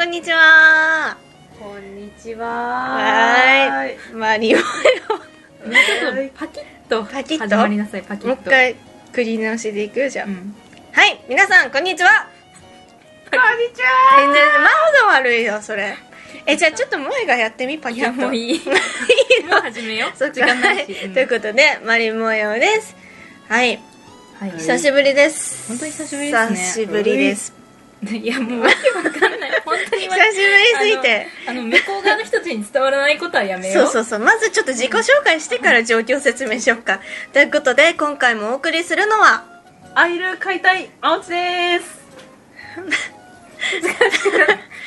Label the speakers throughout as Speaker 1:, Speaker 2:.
Speaker 1: んにちは
Speaker 2: こんにちは
Speaker 1: はーいマリオよ
Speaker 2: もうちょっとパキッと
Speaker 1: パキッと
Speaker 2: 始まりなさいパキ
Speaker 1: もう
Speaker 2: ッ
Speaker 1: 一
Speaker 2: と
Speaker 1: 回繰り直しでいくじゃん、
Speaker 2: うん
Speaker 1: はい皆さんこんにちは
Speaker 2: こんにち
Speaker 1: え
Speaker 2: は
Speaker 1: ねマホが悪いよそれえじゃあちょっと萌がやってみパ
Speaker 2: い
Speaker 1: キ
Speaker 2: や
Speaker 1: ッと
Speaker 2: もういいもう始めよう
Speaker 1: そっ
Speaker 2: 時
Speaker 1: か
Speaker 2: 間な
Speaker 1: はいい、と
Speaker 2: し、うん
Speaker 1: いうことでマリモヨですはい
Speaker 2: はい
Speaker 1: 久しぶりです
Speaker 2: 本当に久しぶりですね
Speaker 1: 久しぶりです
Speaker 2: いやもうわけわか んない本当に
Speaker 1: 久しぶりすぎて
Speaker 2: あのあの向こう側の人たちに伝わらないことはやめよ
Speaker 1: そううそうそうまずちょっと自己紹介してから状況説明しようかということで今回もお送りするのは
Speaker 3: アイル解体青地です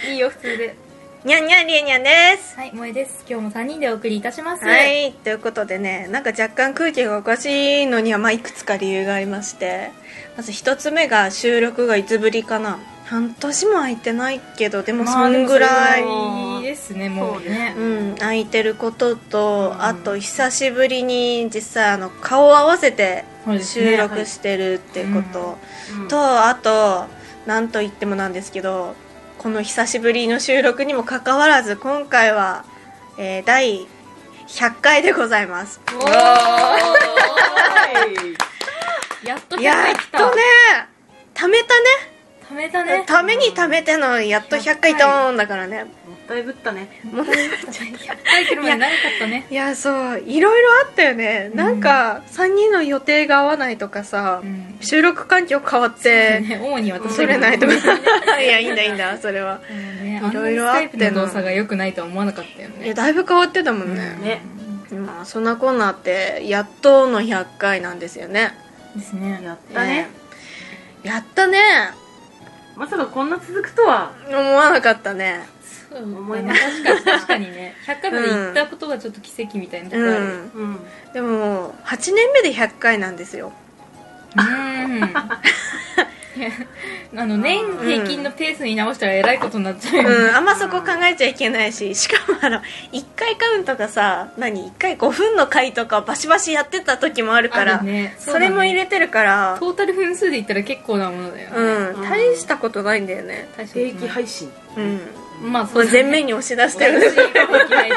Speaker 2: いいよ普通で
Speaker 1: にゃんにゃんりえにゃんです
Speaker 2: はい萌えです今日も三人でお送りいたします
Speaker 1: はいということでねなんか若干空気がおかしいのにはまあいくつか理由がありましてまず一つ目が収録がいつぶりかな半年も空いてないけどでもそんぐらい、
Speaker 2: いいですねもうね
Speaker 1: うん、空いてることと、
Speaker 2: うん
Speaker 1: あと久しぶりに実際あの顔を合わせて
Speaker 2: そうですね
Speaker 1: 収録してるってこと、
Speaker 3: うん
Speaker 1: とあと何と言ってもなんですけどこの久しぶりの収録にもかかわらず今回は、えー第100回でござい ます
Speaker 2: お
Speaker 3: お
Speaker 2: ー
Speaker 3: ーい
Speaker 2: やっと100
Speaker 1: や
Speaker 2: 回
Speaker 1: っ
Speaker 2: 来た
Speaker 1: とね貯めた
Speaker 2: 貯めた
Speaker 1: ね
Speaker 2: ね
Speaker 1: ために貯めてのやっと100回たもんだからね
Speaker 3: もったいぶったね
Speaker 1: もう
Speaker 2: 100回来るまで長かったね
Speaker 1: いやそういろいろあったよね、なんか3人の予定が合わないとかさ、
Speaker 2: うん
Speaker 1: 収録環境変わっ
Speaker 2: そう
Speaker 1: て
Speaker 2: ね主に私
Speaker 1: それないとかいやいいんだいいんだそれは
Speaker 2: もうね
Speaker 1: いろいろあっての
Speaker 2: あんなにスカイプの動作が良くないとは思わなかったよ
Speaker 1: いや
Speaker 2: ね
Speaker 1: だいぶ変わってたもんね、
Speaker 3: ね
Speaker 1: まあそんなこんなあってやっとの100回なんですよね
Speaker 2: ですね
Speaker 3: やったね
Speaker 1: えーやったね
Speaker 3: まさかこんな続くとは
Speaker 1: 思わなかったね
Speaker 2: そう
Speaker 3: 思いま
Speaker 2: ね確かに確かにね100回まで行ったことがちょっと奇跡みたいなとこ
Speaker 1: う
Speaker 2: ある
Speaker 1: ん
Speaker 3: うん
Speaker 1: でも8年目で100回なんですよ
Speaker 2: うんあの年平均のペースに直したらえらいことになっちゃうよね
Speaker 1: うん、あんまそこ考えちゃいけないししかもあの1回カウントがさ何1回5分の回とかバシバシやってた時もあるから
Speaker 2: あるねそう
Speaker 1: そ
Speaker 2: だね
Speaker 1: れも入れてるから
Speaker 2: トータル分数で言ったら結構なものだよね、
Speaker 1: うん
Speaker 3: うん
Speaker 1: 大したことないんだよね
Speaker 2: 大したことな
Speaker 3: 定
Speaker 2: い
Speaker 3: 期配信
Speaker 1: うん
Speaker 2: まあ
Speaker 1: も
Speaker 2: そうう
Speaker 1: 全面に押し出してる
Speaker 2: 私ができないし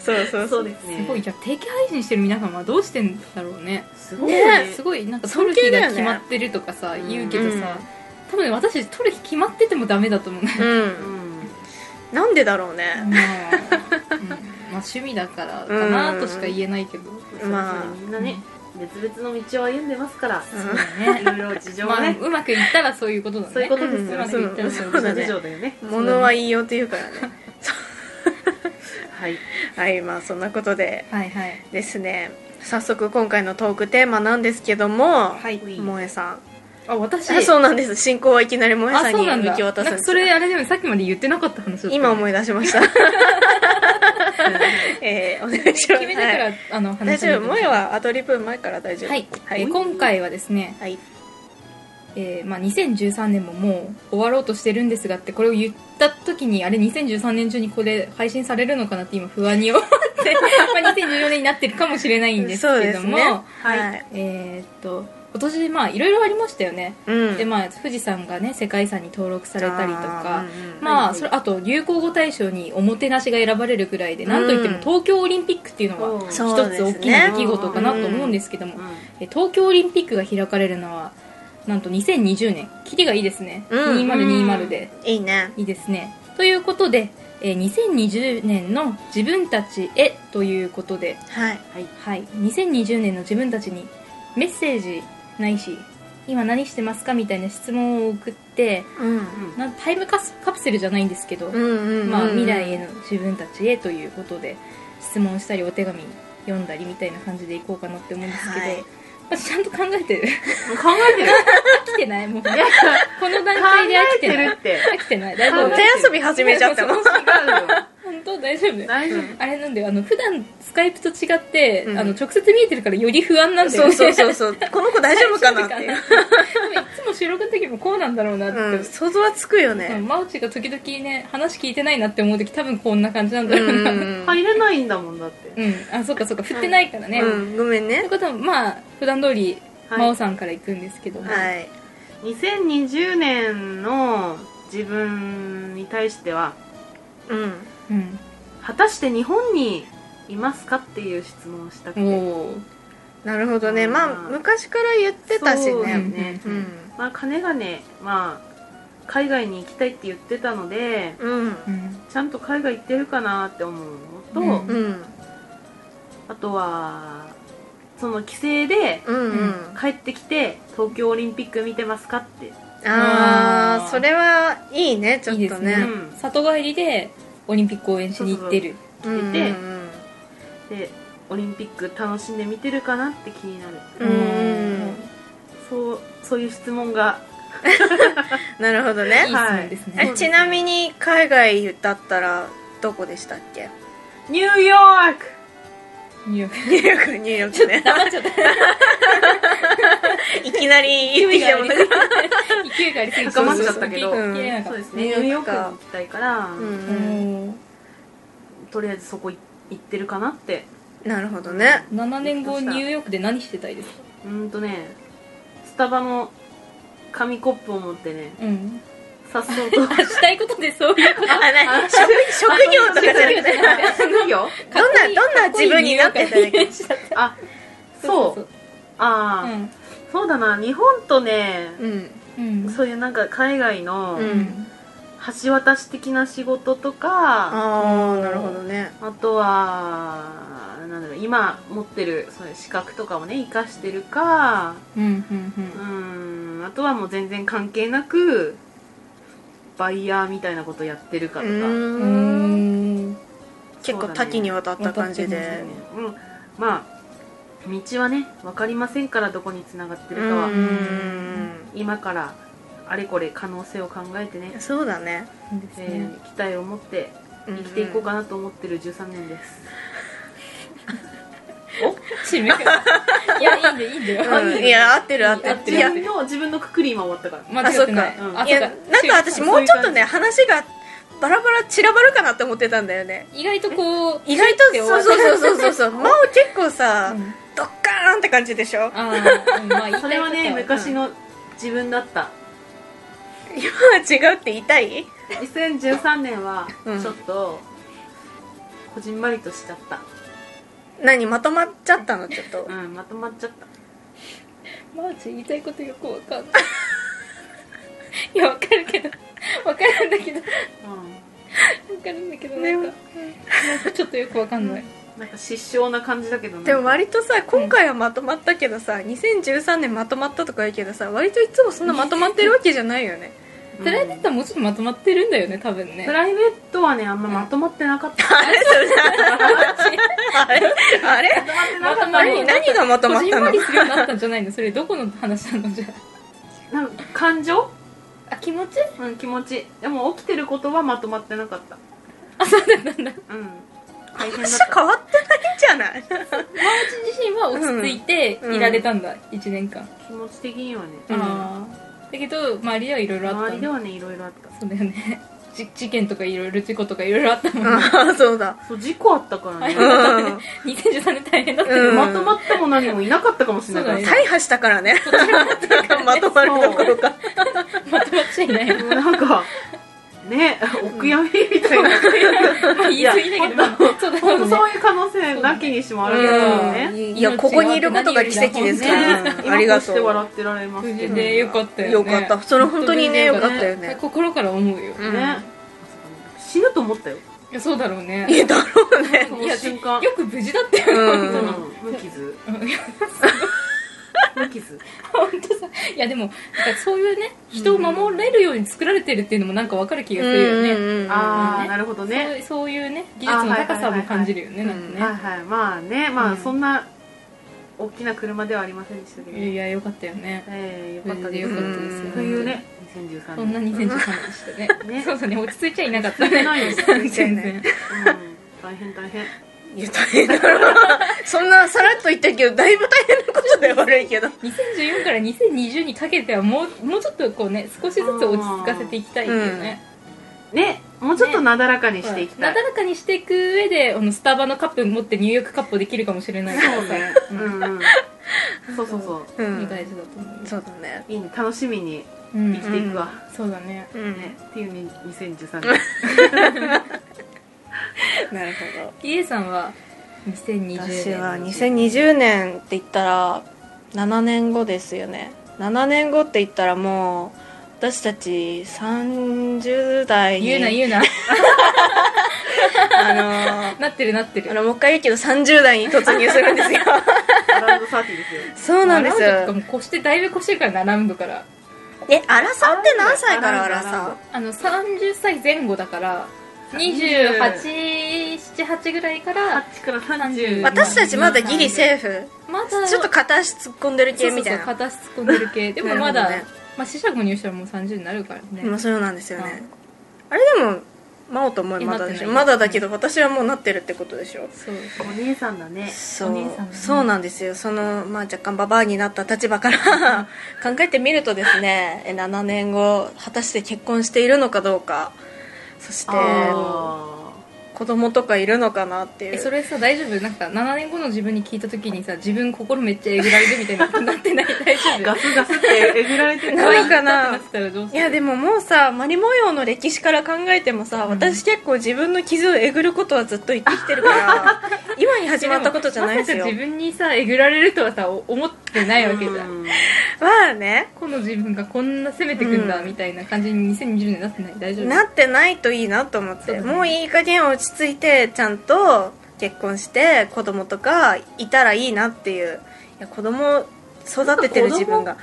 Speaker 1: そうそうそう
Speaker 3: です
Speaker 2: すごいじゃあ定期配信してる皆さんはどうしてんだろうね
Speaker 3: すごい
Speaker 1: ね
Speaker 3: ね
Speaker 2: すごいなんか撮
Speaker 1: 尊
Speaker 2: る
Speaker 1: 敬
Speaker 2: 日
Speaker 1: だよ
Speaker 2: が
Speaker 1: ね
Speaker 2: 決まってるとかさ
Speaker 3: うん
Speaker 2: 言うけどさ、
Speaker 1: うん
Speaker 2: 多分私撮る日決まっててもダメだと思うね、
Speaker 1: う
Speaker 3: うんん
Speaker 1: なんでだろう
Speaker 2: まあ
Speaker 1: ね
Speaker 2: うんまあ趣味だからかなとしか言えないけど、
Speaker 1: まあ
Speaker 3: それぞれみんなね別々の道を歩んでますから
Speaker 2: そうだ
Speaker 3: い
Speaker 2: ね
Speaker 3: ろいろ事情
Speaker 2: ま
Speaker 3: が
Speaker 2: あ
Speaker 3: ね
Speaker 2: うまくいったらそういうことだね
Speaker 3: そういうことです
Speaker 2: う
Speaker 3: よ
Speaker 2: ま
Speaker 3: ね
Speaker 2: くいったらそういう
Speaker 1: そ
Speaker 2: こと
Speaker 1: うだね
Speaker 3: 事情だよね
Speaker 1: 物は言いようって言うから ね
Speaker 3: はい
Speaker 1: はいまあそんなことで
Speaker 2: はいはい
Speaker 1: ですね早速今回のトークテーマなんですけども、
Speaker 2: はい
Speaker 1: 萌えさん
Speaker 2: あ私
Speaker 1: あそうなんです進行はいきなり萌えさんに
Speaker 2: なん
Speaker 1: 向
Speaker 2: だ
Speaker 1: き渡すん
Speaker 2: なん
Speaker 1: で
Speaker 2: か
Speaker 1: す
Speaker 2: それあれでもさっきまで言ってなかった話だった
Speaker 1: 今思い出しま した、えー、お願いします
Speaker 2: 決めてから、
Speaker 1: はい
Speaker 2: あの
Speaker 1: 大
Speaker 2: 話
Speaker 1: 丈夫萌えはアドリブ前から大丈夫
Speaker 2: はい、
Speaker 1: は
Speaker 2: え
Speaker 1: い
Speaker 2: ー今回はですね、
Speaker 1: はい
Speaker 2: えーまあ、2013年ももう終わろうとしてるんですがってこれを言った時にあれ2013年中にこれ配信されるのかなって今不安に思ってまあ2014年になってるかもしれないんです
Speaker 1: そう
Speaker 2: け
Speaker 1: で
Speaker 2: ど
Speaker 1: す
Speaker 2: も、
Speaker 1: ね
Speaker 3: はい
Speaker 1: はい、
Speaker 2: えーっと今年まあいろいろありましたよね、
Speaker 1: うん
Speaker 2: でまあ富士山がね世界遺産に登録されたりと
Speaker 1: あ
Speaker 2: か
Speaker 1: ーうんうん
Speaker 2: ま
Speaker 3: は
Speaker 2: あ
Speaker 3: い
Speaker 2: それあと流行語大賞におもてなしが選ばれるぐらいでなんといっても
Speaker 1: うん
Speaker 2: 東京オリンピックっていうの
Speaker 3: お
Speaker 2: は
Speaker 3: う
Speaker 2: 一つ
Speaker 1: そうですね
Speaker 2: 大きな出来事かなと思うんですけども、え東京オリンピックが開かれるのはなんと2020年キリがいいですね、
Speaker 1: うん
Speaker 2: 2020で
Speaker 1: いいね
Speaker 2: いいですねということで、えー2020年の自分たちへということで、
Speaker 1: はい
Speaker 2: はい、2020年の自分たちにメッセージないし今何してますかみたいな質問を送って
Speaker 1: うん
Speaker 3: うん
Speaker 2: なんタイムカスカプセルじゃないんですけど、
Speaker 1: うんうんうん
Speaker 2: まあ、未来への自分たちへということで質問したりお手紙読んだりみたいな感じでいこうかなって思うんですけど、
Speaker 1: はい
Speaker 2: 私ちゃんと考えてる
Speaker 3: もう考えてる
Speaker 2: 飽きてないもうこの段階で飽きてない
Speaker 3: 考えてる
Speaker 2: 飽きてない大丈夫
Speaker 1: 手遊び始めちゃったもん
Speaker 2: 本当大丈夫
Speaker 3: 大丈夫
Speaker 2: あれなんだよあの普段スカイプと違って、
Speaker 1: うん
Speaker 2: あの直接見えてるからより不安なんだよ
Speaker 1: そ
Speaker 2: ね
Speaker 1: うそう
Speaker 2: う
Speaker 1: そうそう この子大丈夫かなっていう、
Speaker 2: でもいつも収録の時もこうなんだろうなって、
Speaker 1: うん、想像はつくよ
Speaker 2: うん
Speaker 1: ね
Speaker 2: マオチが時々ね話聞いてないなって思う時多分こんな感じなん
Speaker 1: う
Speaker 2: だろうな、
Speaker 1: ん、
Speaker 3: 入れないんだもんだって
Speaker 2: うん、あそっかそっか振ってないからね、
Speaker 1: うん、ごめん
Speaker 2: という
Speaker 1: ね
Speaker 2: ことはまあ普段通り
Speaker 3: はい
Speaker 2: 真央さんから行くんですけども、
Speaker 1: はい
Speaker 3: 2020年の自分に対しては
Speaker 1: うん
Speaker 2: うん
Speaker 3: 果たして日本にいますかっていう質問をしたく
Speaker 2: お
Speaker 3: て、
Speaker 2: お
Speaker 1: なるほどねまあ
Speaker 3: うん
Speaker 1: 昔から言ってたし
Speaker 3: そうだよ
Speaker 1: ね
Speaker 3: ね
Speaker 1: う、ん
Speaker 3: まあ、金がね、まあ、海外に行きたいって言ってたので
Speaker 1: うん
Speaker 2: うん
Speaker 3: ちゃんと海外行ってるかなって思うのと、
Speaker 2: うん
Speaker 1: うん
Speaker 3: あとはその帰省で
Speaker 1: うんうん
Speaker 3: 帰ってきて東京オリンピック見てますかって
Speaker 1: あ
Speaker 2: あ
Speaker 1: あ
Speaker 2: ー
Speaker 1: それはいいねちょっ
Speaker 2: いいで
Speaker 1: と
Speaker 2: す
Speaker 1: ね
Speaker 2: ね
Speaker 3: うん
Speaker 2: 里帰りでオリンピック応援しに行ってる
Speaker 1: うんうん
Speaker 3: ででオリンピック楽しんで見てるかなって気になる
Speaker 1: うんうん
Speaker 3: そうそういう質問が
Speaker 1: なるほど
Speaker 2: い
Speaker 1: ね
Speaker 2: い質問です
Speaker 3: はい
Speaker 2: ね
Speaker 1: えちなみに海外だったらどこでしたっけ
Speaker 3: ニューヨーク
Speaker 2: いや
Speaker 1: ニューヨークニューヨークね
Speaker 2: 黙っちゃった
Speaker 1: いきなり言ってきたもんね
Speaker 2: 勢いがありすぎて
Speaker 3: 高まっちゃったけど
Speaker 2: うん切れな
Speaker 3: そ
Speaker 2: かっ
Speaker 3: う
Speaker 2: た
Speaker 3: ですねニ
Speaker 1: ニ
Speaker 3: ュ
Speaker 1: ュー
Speaker 3: ー
Speaker 1: ヨー
Speaker 3: ヨー
Speaker 1: ク
Speaker 3: ク
Speaker 1: か
Speaker 3: に行きたいから、
Speaker 1: うん
Speaker 2: おー
Speaker 3: とりあえずそこい行ってるかなって
Speaker 1: なるほどね
Speaker 2: 7年後ニューヨークで何してたいですか
Speaker 3: うーんとねスタバの紙コップを持ってね
Speaker 2: うん
Speaker 3: さっそうと
Speaker 2: したいことでそういうこ
Speaker 1: あな職職業とかじゃなくて
Speaker 3: 職業
Speaker 1: どんなどんな自分になってたらいい
Speaker 2: しだった
Speaker 3: あそう
Speaker 2: そう
Speaker 3: ああ、
Speaker 2: うん
Speaker 3: そうだな日本とね、
Speaker 1: うん
Speaker 2: うん
Speaker 3: そういうなんか海外の
Speaker 1: うん
Speaker 3: 橋渡し的な仕事とか、
Speaker 1: ああなるほどね
Speaker 3: あとはなんだろう今持ってるそういう資格とかをね生かしてるか
Speaker 2: うんうんうん
Speaker 3: うーんあとはもう全然関係なくバイヤーみたいなことやってるか
Speaker 1: う
Speaker 3: とか
Speaker 2: うー
Speaker 1: ーん
Speaker 2: ん
Speaker 1: 結構多岐にわたった感じで
Speaker 3: うんまあ道はね分かりませんからどこにつながって
Speaker 1: う
Speaker 3: るかは
Speaker 1: ーん
Speaker 3: 今からあれこれ可能性を考えてね、
Speaker 1: そうだね
Speaker 2: いいです
Speaker 3: え
Speaker 2: ね
Speaker 3: ー期待を持って
Speaker 1: 生
Speaker 3: 生きていこうかなと思ってる13年です、
Speaker 2: 締めがいやいいんだよいいんだよ
Speaker 1: うんいや合ってる合って
Speaker 2: 合って
Speaker 1: る
Speaker 2: る
Speaker 1: いや
Speaker 3: 自分の自分のくくり今終わったから
Speaker 2: 間違ってない
Speaker 1: あ
Speaker 3: そっかうん
Speaker 2: あ
Speaker 1: いやなんか私もうちょっとね話がバラバラ散らばるかなって思ってたんだよね
Speaker 2: 意外とこう
Speaker 1: 意外と
Speaker 2: 終
Speaker 1: そ
Speaker 2: わ
Speaker 1: う
Speaker 2: っ
Speaker 1: そうそうそうそう真央結構さ、
Speaker 2: うん
Speaker 1: ドッカーンって感じでしょ
Speaker 2: あーうんまあ言いたいこと
Speaker 3: それはね昔の自分だった
Speaker 1: 今は違うって言いたい
Speaker 3: 2013年は
Speaker 1: うん
Speaker 3: ちょっとこじんまりとしちゃった、
Speaker 1: 何まとまっちゃったのちょっと
Speaker 3: うん、まとまっちゃった
Speaker 2: マジ言いたいことよくわかんないいやわかるけどわかるんだけどわ
Speaker 3: う
Speaker 2: かるんだけど
Speaker 1: ね
Speaker 2: なんかなんかちょっとよくわかんない
Speaker 3: ん、なんか失笑な感じだけどね
Speaker 1: でも割とさ今回はまとまったけどさ2013年まとまったとか言うけどさ割といつもそんなまとまってるわけじゃないよね
Speaker 3: うん
Speaker 2: プライベートはもうちょっとまとまってるんだよね多分ね
Speaker 3: プライベートはねあんままとまってなかった、ま
Speaker 1: あれあれ
Speaker 3: とまってなかった
Speaker 2: まとま
Speaker 1: 何
Speaker 2: り
Speaker 1: 何がまとま
Speaker 2: こ
Speaker 1: っ
Speaker 2: じん
Speaker 1: た
Speaker 2: ま
Speaker 1: の
Speaker 2: りするようになったんじゃないのそれどこの話なのじゃ
Speaker 3: なんか感情
Speaker 2: ああ気持ち
Speaker 3: うん気持ちでも起きてることはまとまってなかった
Speaker 2: あそうなんだ
Speaker 3: うん大変だっ
Speaker 1: 話
Speaker 3: た
Speaker 1: 変わってないんじゃない
Speaker 2: 私自身は落ち着いていられたんだ、一1年間、
Speaker 3: 気持ち的にはね、
Speaker 1: うん
Speaker 2: ああだけど周りではいろいろあった
Speaker 3: 周りで
Speaker 2: の
Speaker 3: はねいろいろあった
Speaker 2: そうだよね じ事件とかいろいろ事故とかいろいろあったもん、ね、
Speaker 1: ああそうだ
Speaker 3: そう事故あったからね、
Speaker 1: うん
Speaker 2: 2013年大変だったよ、
Speaker 1: うん
Speaker 3: まとまっても何もいなかったかもしれないから
Speaker 2: そうだね
Speaker 1: 大破したからねまとまるどころか
Speaker 2: まとまっちゃいない
Speaker 3: もうなんかねお悔やみみたいな、
Speaker 2: 言い過ぎだけどまあそうだ
Speaker 3: ほ
Speaker 2: よ
Speaker 3: んと
Speaker 2: ね
Speaker 3: そういう可能性なきにしもあるけどね,、
Speaker 1: いやここにいることが奇跡です
Speaker 2: う
Speaker 1: か
Speaker 2: ん
Speaker 1: ら、
Speaker 3: ね
Speaker 1: あり
Speaker 3: 今こ
Speaker 1: が
Speaker 3: うし
Speaker 1: と
Speaker 3: て
Speaker 1: う
Speaker 3: 笑ってられます
Speaker 2: 無
Speaker 3: け
Speaker 2: 事
Speaker 3: ど
Speaker 2: でよか
Speaker 3: っ
Speaker 2: ったよね
Speaker 1: よかったそれ本当にねよかったよね
Speaker 2: 心から思うよ、
Speaker 1: うん
Speaker 3: ね、死ぬと思ったよ
Speaker 2: いやそうだろうね
Speaker 1: いやだろうね
Speaker 3: そ
Speaker 2: い
Speaker 3: の
Speaker 2: や
Speaker 3: 瞬間
Speaker 2: よく無事だったよ、
Speaker 1: うん
Speaker 3: うん無傷
Speaker 2: うん
Speaker 3: 無傷
Speaker 2: 本当さいやでもなんかそういうね人を守れるように作られてるっていうのもなんかわかる気がするよね、
Speaker 1: うん
Speaker 3: ああ
Speaker 2: ね
Speaker 3: なるほどね
Speaker 2: そうそういうね技術の高さも感じるよね
Speaker 1: あー
Speaker 2: な
Speaker 1: はいはい
Speaker 2: ん
Speaker 1: はい
Speaker 2: か
Speaker 3: はいはいまあねま
Speaker 2: う
Speaker 3: あ
Speaker 2: ん
Speaker 3: そんな大きな車ではありませんでしたけど、
Speaker 2: ねいやよかったよね
Speaker 3: えー、よ
Speaker 2: 無
Speaker 3: かった
Speaker 2: 事で
Speaker 3: で
Speaker 2: よ
Speaker 3: す
Speaker 2: かったですよ
Speaker 1: うん
Speaker 3: というね2013年
Speaker 2: そんな2013年でしたね
Speaker 3: ね
Speaker 2: そうそうね落ち着いちゃいなかった
Speaker 3: 落ち着いて
Speaker 2: ね
Speaker 3: ないよ
Speaker 2: 全然
Speaker 3: うん大変大変
Speaker 1: いや大変だろうなそんなさらっと言ったけどだいぶ大変なことで悪いけど
Speaker 2: 2014から2020にかけてはもうもうちょっとこうね少しずつ落ち着かせていきたいよね、
Speaker 3: ねもうちょっとなだらかにしていきた、
Speaker 2: ないだらかにしていく上であのスタバのカップ持ってニューヨークカップをできるかもしれないから
Speaker 3: そうね、うんうん、そうそうそう
Speaker 1: う
Speaker 2: うん、
Speaker 1: ん
Speaker 2: 大事だと思う
Speaker 1: そうだね
Speaker 3: いいね楽しみに
Speaker 2: う
Speaker 3: 生
Speaker 2: ん
Speaker 3: きていくわ、
Speaker 2: そうだね
Speaker 1: うん
Speaker 3: ね、っていうに2013年
Speaker 1: なるほど
Speaker 2: PA さんは2020年
Speaker 1: 私は2020年って言ったら7年後ですよね7年後って言ったらもう私たち30代に
Speaker 2: 言うな 言うな
Speaker 1: あの
Speaker 2: なってるなってる
Speaker 1: あのもう一回言うけど30代に突入するんですよ
Speaker 3: アラウンド30ですよ
Speaker 1: そうなんです
Speaker 2: ラウンド
Speaker 1: よ
Speaker 2: とかも越してだいぶ越してるからなラウンドから
Speaker 1: えアラサーって何歳から
Speaker 3: ア
Speaker 1: ア
Speaker 3: ラ
Speaker 1: ラ
Speaker 3: サ
Speaker 1: サ
Speaker 3: ー
Speaker 1: ー
Speaker 2: あの30歳前後だから
Speaker 3: 20
Speaker 2: 2878ぐらいから
Speaker 3: 8から30
Speaker 2: 30
Speaker 1: 私たちまだギリセーフ
Speaker 2: まだ
Speaker 1: ちょっと片足突っ込んでる
Speaker 2: そう
Speaker 1: 系
Speaker 2: そう
Speaker 1: みたいな
Speaker 2: そう片足突っ込んでる 系でもまだ、
Speaker 1: なるほどね
Speaker 2: まあ、四捨五入したらもう30になるからね、
Speaker 1: まあそうなんですよね、あ
Speaker 2: うん
Speaker 1: れでも真央ともまだでしょ
Speaker 2: いやなってない
Speaker 1: まだだけど私はもうなってるってことでしょ
Speaker 2: そう
Speaker 3: お姉さんだね
Speaker 1: そう
Speaker 2: お姉さんだね
Speaker 1: そうなんですよその、まあ、若干ババアになった立場から考えてみるとですねえ7年後果たして結婚しているのかどうかそして
Speaker 3: あ
Speaker 1: 子供とかいるのかなってい
Speaker 2: え
Speaker 1: う
Speaker 2: それさ大丈夫なんか7年後の自分に聞いた時にさ自分心めっちゃえぐられるみたいなこと になってない大
Speaker 3: ー
Speaker 2: 丈
Speaker 3: ガスガスってえぐられてる
Speaker 2: 夫
Speaker 1: なのか
Speaker 2: なっ
Speaker 1: な
Speaker 2: てたらどうす
Speaker 1: い
Speaker 2: る
Speaker 1: やでももうさマリ模様の歴史から考えてもさ、
Speaker 2: うん
Speaker 1: 私結構自分の傷をえぐることはずっと言ってきてるから 今に始まったことじゃないですよ
Speaker 2: まさか自分にさえぐられるとはさお思ってないわけじゃん、
Speaker 3: うん
Speaker 1: まあね
Speaker 2: この自分がこんな攻めてくんだ
Speaker 1: うん
Speaker 2: みたいな感じに2020年なってない大丈夫
Speaker 1: なってないといいなと思っ
Speaker 2: そう
Speaker 1: て、
Speaker 2: だね
Speaker 1: もういい加減落ち着いてちゃんと結婚して子供とかいたらいいなっていういや子供育ててる自分が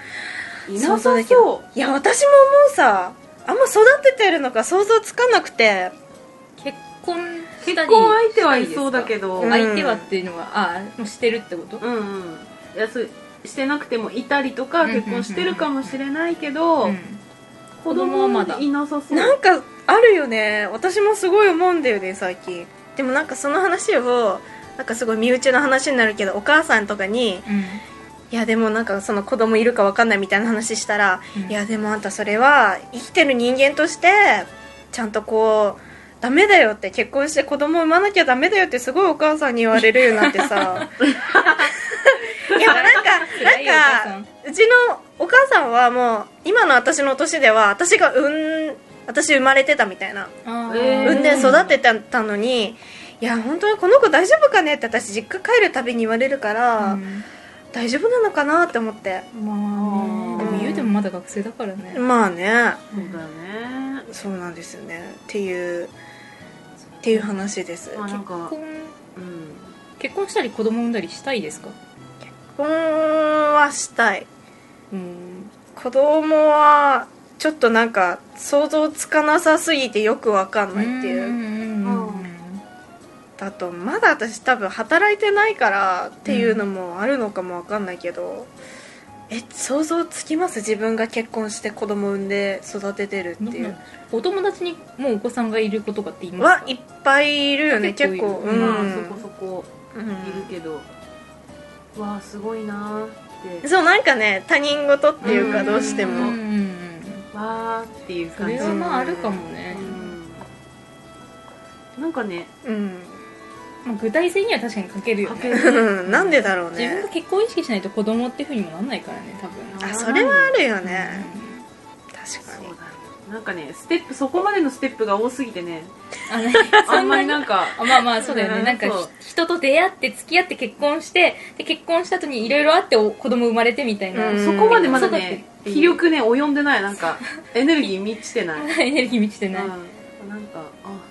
Speaker 3: いな
Speaker 1: 想像
Speaker 3: さ
Speaker 1: できる
Speaker 3: そう
Speaker 1: いや私も思うさあんま育ててるのか想像つかなくて
Speaker 2: 結婚した
Speaker 3: 結
Speaker 2: り
Speaker 3: 婚相手はいそうだけど
Speaker 2: う
Speaker 3: うんん
Speaker 2: 相手はっていうのはああもうしてるってこと、
Speaker 3: うんいやそうしてなくてもいたりとか
Speaker 2: うんうんうんうん
Speaker 3: 結婚してるかもしれないけど、
Speaker 2: うん
Speaker 3: 子供はま
Speaker 2: 子供はまだ
Speaker 3: だいなさそう
Speaker 1: なんかあるよね私もすごい思うんだよね最近でもなんかその話をなんかすごい身内の話になるけどお母さんとかにいやでもなんかその子供いるかわかんないみたいな話したら、
Speaker 2: うん
Speaker 1: いやでもあんたそれは生きてる人間としてちゃんとこうダメだよって結婚して子供産まなきゃダメだよってすごいお母さんに言われるようになって さいやなんか
Speaker 2: 辛いよお
Speaker 1: な
Speaker 2: 母さ
Speaker 1: んんかうちのお母さんはもう今の私の年では私が産ん私生まれてたみたいな
Speaker 2: あ
Speaker 3: え
Speaker 2: ー
Speaker 3: ー
Speaker 1: 産んで育ててたのに、いや本当にこの子大丈夫かねって私実家帰るたびに言われるから、
Speaker 2: うん
Speaker 1: 大丈夫なのかなって思って
Speaker 2: まあねでも言うてもまだ学生だからね、
Speaker 1: まあね
Speaker 3: そうだよね
Speaker 1: そうなんですよねっていうっていう話です
Speaker 3: まあなんか
Speaker 2: 結
Speaker 3: う
Speaker 2: 婚
Speaker 3: ん
Speaker 2: 結婚したり子供産んだりしたいですか
Speaker 1: 結婚はしたい
Speaker 2: うん
Speaker 1: 子供はちょっとなんか想像つかなさすぎてよくわかんないっていう
Speaker 2: うんうんうん
Speaker 1: だとまだ私多分働いてないからっていうのもあるのかもわかんないけど、え想像つきます自分が結婚して子供産んで育ててる
Speaker 2: うん
Speaker 1: っていう
Speaker 2: お友達にもうお子さんがいる子とかって言いますか
Speaker 1: はいっぱいいるよね
Speaker 2: 結
Speaker 1: 結
Speaker 2: 構い
Speaker 1: 構う
Speaker 2: る
Speaker 3: まあ
Speaker 1: ん
Speaker 3: そこそこいる
Speaker 1: う
Speaker 3: けど、わあすごいなーって
Speaker 1: んそうなんかね他人事っていうかどうして
Speaker 2: うんう
Speaker 1: も
Speaker 2: んうん
Speaker 3: わーっていう
Speaker 2: そ
Speaker 3: 感じ
Speaker 2: れはまああるかもね、
Speaker 3: うんなんかね
Speaker 1: うん
Speaker 2: まあ、具体性には確かに欠けるよ
Speaker 3: 家
Speaker 2: ね
Speaker 3: 庭
Speaker 1: うんなんでだろう
Speaker 2: 自分
Speaker 1: ね
Speaker 2: が結婚意識しないと子供っていうふうにもなんないからね多分
Speaker 1: あそれはあるよね、確
Speaker 3: そう
Speaker 1: か
Speaker 3: だ
Speaker 1: に
Speaker 3: ねなんかねステップそこまでのステップが多すぎてね
Speaker 2: あね
Speaker 3: あんまりなんか
Speaker 2: あまあまあそうだよね、
Speaker 3: うん
Speaker 2: なんかひ
Speaker 3: そう
Speaker 2: 人と出会って付き合って結婚してで結婚した後にいろいろあってお子供生まれてみたいな、
Speaker 1: うん
Speaker 3: そこまでまだね
Speaker 2: 子育てっていう
Speaker 3: 気力ね及んでないなんかエネルギー満ち てない、うん、
Speaker 2: エネルギー満ちてない、
Speaker 3: なんかあ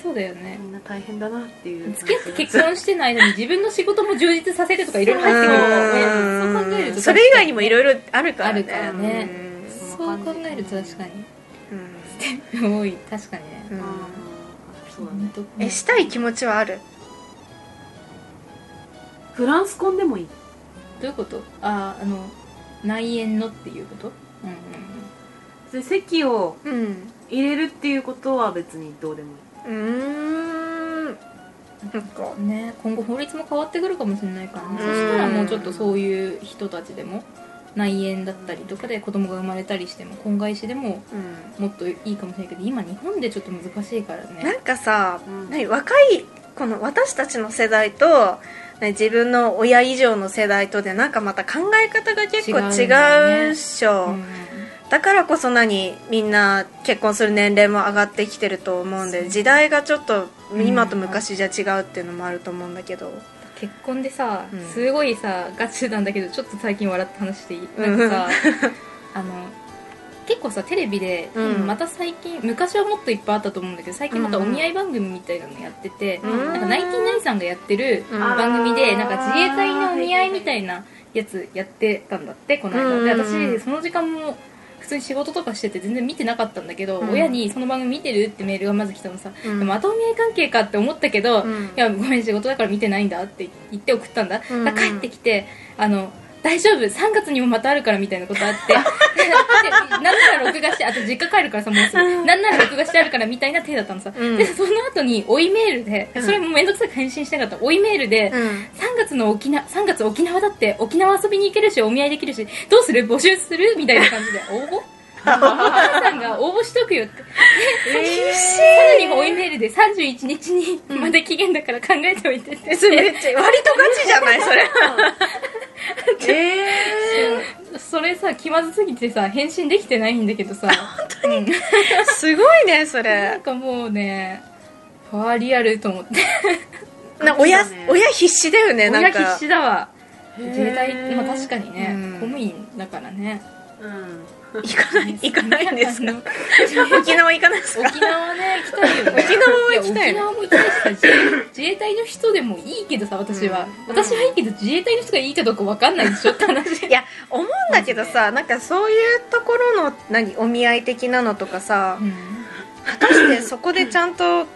Speaker 2: そうだよね
Speaker 3: みんな大変だなっていう
Speaker 2: 付き合って結婚してない間に自分の仕事も充実させてとかいろいろ入ってくるからねそう考える
Speaker 1: う
Speaker 2: と
Speaker 1: んそれ以外にもい
Speaker 2: ろ
Speaker 1: ろいろあるからね
Speaker 2: あるからねそう考えると確か
Speaker 1: うん
Speaker 2: に多い確かにね
Speaker 1: うんうん
Speaker 3: あーそうだね
Speaker 2: ほんと
Speaker 1: えしたい気持ちはある
Speaker 3: フランス婚でもいい
Speaker 2: どういうことああの内縁のっていうことうんう
Speaker 3: で
Speaker 2: ん
Speaker 3: 席を
Speaker 1: うん
Speaker 3: 入れるっていうことは別にどうでもいいう
Speaker 1: ーんなんか
Speaker 2: うんね今後法律も変わってくるかもしれないから
Speaker 3: う
Speaker 2: ね
Speaker 3: ん
Speaker 2: そしたらもうちょっとそういう人たちでも内縁だったりとかで子供が生まれたりしても婚外子でも
Speaker 1: うん
Speaker 2: もっといいかもしれないけど今日本でちょっと難しいから
Speaker 1: な
Speaker 2: ね
Speaker 1: んかさ
Speaker 3: うん
Speaker 1: 何若いこの私たちの世代とね自分の親以上の世代とでなんかまた考え方が結構違うっしょ
Speaker 2: うん
Speaker 1: だからこそ何みんな結婚する年齢も上がってきてると思うんで時代がちょっと今と昔じゃ違うっていうのもあると思うんだけど、
Speaker 2: 結婚でさ、
Speaker 1: うん
Speaker 2: すごいさガチなんだけどちょっと最近笑った話していいなん かさあの結構さテレビで、
Speaker 1: うん
Speaker 2: また最近昔はもっといっぱいあったと思うんだけど最近またお見合い番組みたいなのやってて、
Speaker 1: うん
Speaker 2: なんかナインティナインさんがやってる
Speaker 1: うん
Speaker 2: 番組で、
Speaker 3: あー
Speaker 2: なんか自衛隊のお見合いみたいなやつやってたんだってこの間、で
Speaker 1: うんうんうん
Speaker 2: 私その時間も普通に仕事とかしてて全然見てなかったんだけど、
Speaker 1: うん
Speaker 2: 親にその番組見てるってメールがまず来たのさ、
Speaker 1: うん
Speaker 2: でもまたお見合い関係かって思ったけど、
Speaker 1: うん
Speaker 2: いやごめん仕事だから見てないんだって言って送ったんだ,、
Speaker 1: うんうん
Speaker 2: だから帰ってきてあの大丈夫3月にもまたあるからみたいなことあって でなんなら録画してあと実家帰るからさもうすぐなんなら録画してあるからみたいな手だったのさ、
Speaker 1: うん
Speaker 2: でその後に追いメールで
Speaker 1: うん
Speaker 2: それも面倒くさく返信してなかった追いメールで、
Speaker 1: うん
Speaker 2: 3月の沖縄、3月沖縄だって、沖縄遊びに行けるし、お見合いできるし、どうする募集するみたいな感 じで、応募お母さんが応募しとくよって。
Speaker 1: え
Speaker 2: さらに追いメールで31日にまで期限だから考えておいてって言っ
Speaker 1: それめ
Speaker 2: て、
Speaker 1: っちゃ割とガチじゃないそれえー
Speaker 2: それさ気まずすぎてさ返信できてないんだけどさ本当に、
Speaker 1: すごいねそ
Speaker 2: な
Speaker 1: れ
Speaker 2: んかもうねわあリアルと思って
Speaker 1: な親
Speaker 3: そうだね
Speaker 1: 親必死だよねな
Speaker 2: 親
Speaker 1: んか
Speaker 2: 必死だわ
Speaker 3: へー
Speaker 2: 自衛隊まあ確かにね、
Speaker 1: うん
Speaker 2: 公務員だからね
Speaker 3: うん
Speaker 1: 行かない行かないんです
Speaker 2: あ
Speaker 1: か
Speaker 2: の
Speaker 1: 沖縄行かないですか
Speaker 2: 沖縄ね行きたいよね
Speaker 1: 沖縄も行きたい
Speaker 2: や沖縄も行きたいしさ自 衛自衛隊の人でもいいけどさ私は、
Speaker 1: うん
Speaker 2: 私はいいけど自衛隊の人がいいかどうか分かんないでしょって話
Speaker 1: いや思うんだけどさなんかそういうところの何お見合い的なのとかさ
Speaker 2: う
Speaker 1: 果たしてそこでちゃんと